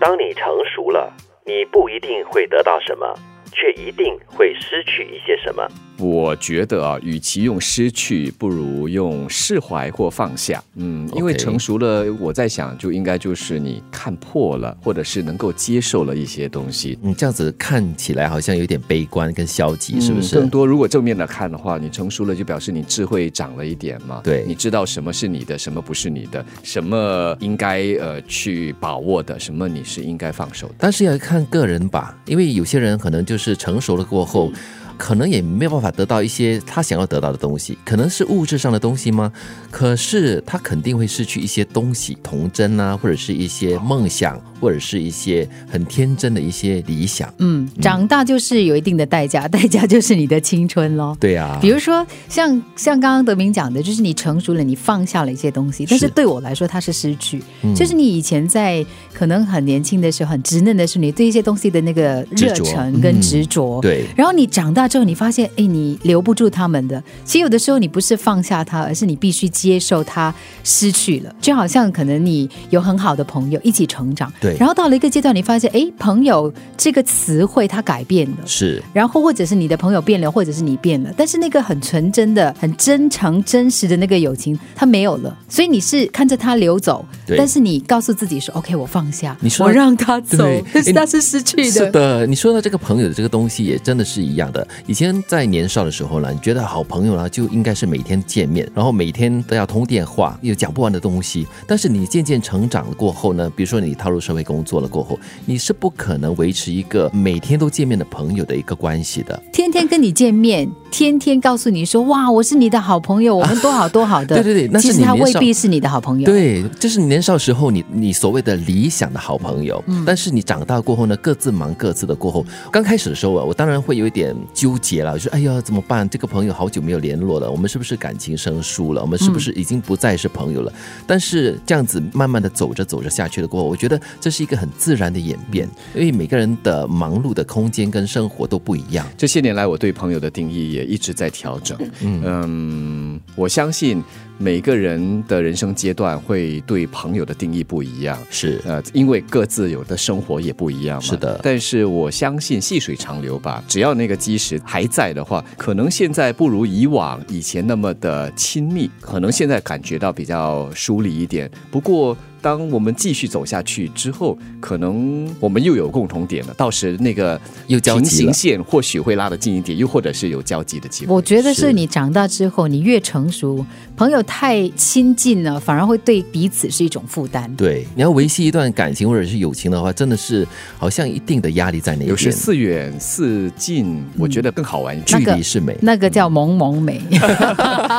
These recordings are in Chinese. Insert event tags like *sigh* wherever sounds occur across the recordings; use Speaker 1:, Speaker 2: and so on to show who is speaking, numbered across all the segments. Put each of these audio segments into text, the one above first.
Speaker 1: 当你成熟了，你不一定会得到什么，却一定会失去一些什么。
Speaker 2: 我觉得啊，与其用失去，不如用释怀或放下。嗯，因为
Speaker 3: OK
Speaker 2: 成熟了，我在想，就应该就是你看破了，或者是能够接受了一些东西。
Speaker 3: 你嗯这样子看起来好像有点悲观跟消极，是不是？
Speaker 2: 嗯更多如果正面的看的话，你成熟了就表示你智慧长了一点嘛。
Speaker 3: 对
Speaker 2: 你知道什么是你的，什么不是你的，什么应该呃去把握的，什么你是应该放手的。
Speaker 3: 但是要看个人吧，因为有些人可能就是成熟了过后，可能也没有办法得到一些他想要得到的东西，可能是物质上的东西吗？可是他肯定会失去一些东西，童真啊，或者是一些梦想，或者是一些很天真的一些理想。
Speaker 4: 嗯，长大就是有一定的代价， *laughs* 代价就是你的青春咯。
Speaker 3: 对啊，
Speaker 4: 比如说，像像刚刚德明讲的，就是你成熟了，你放下了一些东西，但是对我来说，它是失去。
Speaker 3: 嗯
Speaker 4: 就是你以前在可能很年轻的时候、很稚嫩的时候，你对一些东西的那个
Speaker 3: 执
Speaker 4: 热
Speaker 3: 着
Speaker 4: 忱跟
Speaker 3: 嗯
Speaker 4: 执着，
Speaker 3: 对
Speaker 4: 然后你长大之后，你发现，哎，你留不住他们的。其实有的时候你不是放下他，而是你必须接受他失去了。就好像可能你有很好的朋友一起成长，
Speaker 3: 对
Speaker 4: 然后到了一个阶段，你发现，哎，朋友这个词汇它改变了。
Speaker 3: 是
Speaker 4: 然后或者是你的朋友变了，或者是你变了，但是那个很纯真的、很真诚、真实的那个友情，它没有了。所以你是看着它流走，
Speaker 3: 对
Speaker 4: 但是你告诉自己说：“OK，我放下，
Speaker 3: 你说
Speaker 4: 我让它走
Speaker 3: 对。”
Speaker 4: *laughs* 但是
Speaker 3: 哎
Speaker 4: 它是失去的。
Speaker 3: 是的，你说到这个朋友的这个东西，也真的是一样的。以前在年少的时候呢，你觉得好朋友呢就应该是每天见面，然后每天都要通电话，有讲不完的东西。但是你渐渐成长了过后呢，比如说你踏入社会工作了过后，你是不可能维持一个每天都见面的朋友的一个关系的。
Speaker 4: 天天跟你见面，天天告诉你说：“哇，我是你的好朋友，我们多好多好的。”
Speaker 3: 对对对那是
Speaker 4: 其
Speaker 3: 你
Speaker 4: 实他
Speaker 3: 年
Speaker 4: 未
Speaker 3: 少
Speaker 4: 必是你的好朋友。
Speaker 3: 对，这是你年少时候你你所谓的理想的好朋友，
Speaker 4: 嗯
Speaker 3: 但是你长大过后呢，各自忙各自的。过后，刚开始的时候啊，我当然会有一点纠结了，就是哎呀怎么办？这个朋友好久没有联络了，我们是不是感情生疏了？我们是不是已经不再是朋友了？但是这样子慢慢的走着走着下去了过后，我觉得这是一个很自然的演变，
Speaker 4: 嗯
Speaker 3: 因为每个人的忙碌的空间跟生活都不一样。
Speaker 2: 这些年来，我对朋友的定义也一直在调整。嗯我相信每个人的人生阶段会对朋友的定义不一样。
Speaker 3: 是
Speaker 2: 呃，因为各自有的生活也不一样嘛。
Speaker 3: 是的
Speaker 2: 但是我相信细水长流吧，只要那个基石还在的话，可能现在不如以往以前那么的亲密，可能现在感觉到比较疏离一点。不过。当我们继续走下去之后，可能我们又有共同点了，到时那个
Speaker 3: 又交集
Speaker 2: 平行
Speaker 3: 了
Speaker 2: 线或许会拉得近一点，又或者是有交集的机会。
Speaker 4: 我觉得
Speaker 3: 是
Speaker 4: 是你长大之后，你越成熟，朋友太亲近了，反而会对彼此是一种负担。
Speaker 3: 对，你要维系一段感情或者是友情的话，真的是好像一定的压力在那
Speaker 2: 有时
Speaker 3: 边，
Speaker 2: 似远似
Speaker 3: 嗯
Speaker 2: 近，我觉得更好玩一
Speaker 3: 距
Speaker 2: 点。
Speaker 4: 那个
Speaker 3: 离是美。
Speaker 4: 那个叫萌萌美，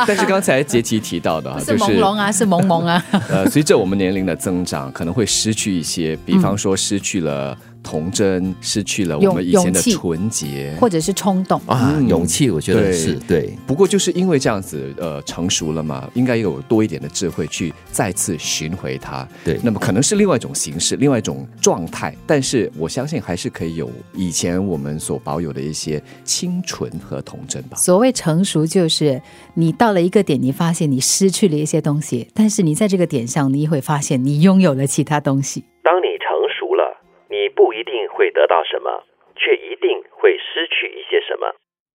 Speaker 2: 但是刚才杰奇提到的啊，
Speaker 4: 不
Speaker 2: 就是
Speaker 4: 朦胧啊，是萌
Speaker 2: *laughs*
Speaker 4: 萌啊。
Speaker 2: 呃，随着我们年龄的增长，可能会失去一些，比方说失去了童真，失去了我们以前的
Speaker 4: 嗯勇勇气
Speaker 2: 纯洁。
Speaker 4: 或者是冲动。
Speaker 3: 啊，
Speaker 2: 嗯
Speaker 3: 勇气，我觉得
Speaker 2: 对
Speaker 3: 是对。
Speaker 2: 不过就是因为这样子，呃，成熟了嘛，应该有多一点的智慧去再次寻回它。
Speaker 3: 对
Speaker 2: 那么可能是另外一种形式，另外一种状态，但是我相信还是可以有以前我们所保有的一些清纯和童真吧。
Speaker 4: 所谓成熟，就是你到了一个点，你发现你失去了一些东西，但是你在这个点上，你会发现你拥有了其他东西。
Speaker 1: 当你成熟了，你不一定会得到什么，却一定会失去一些什么。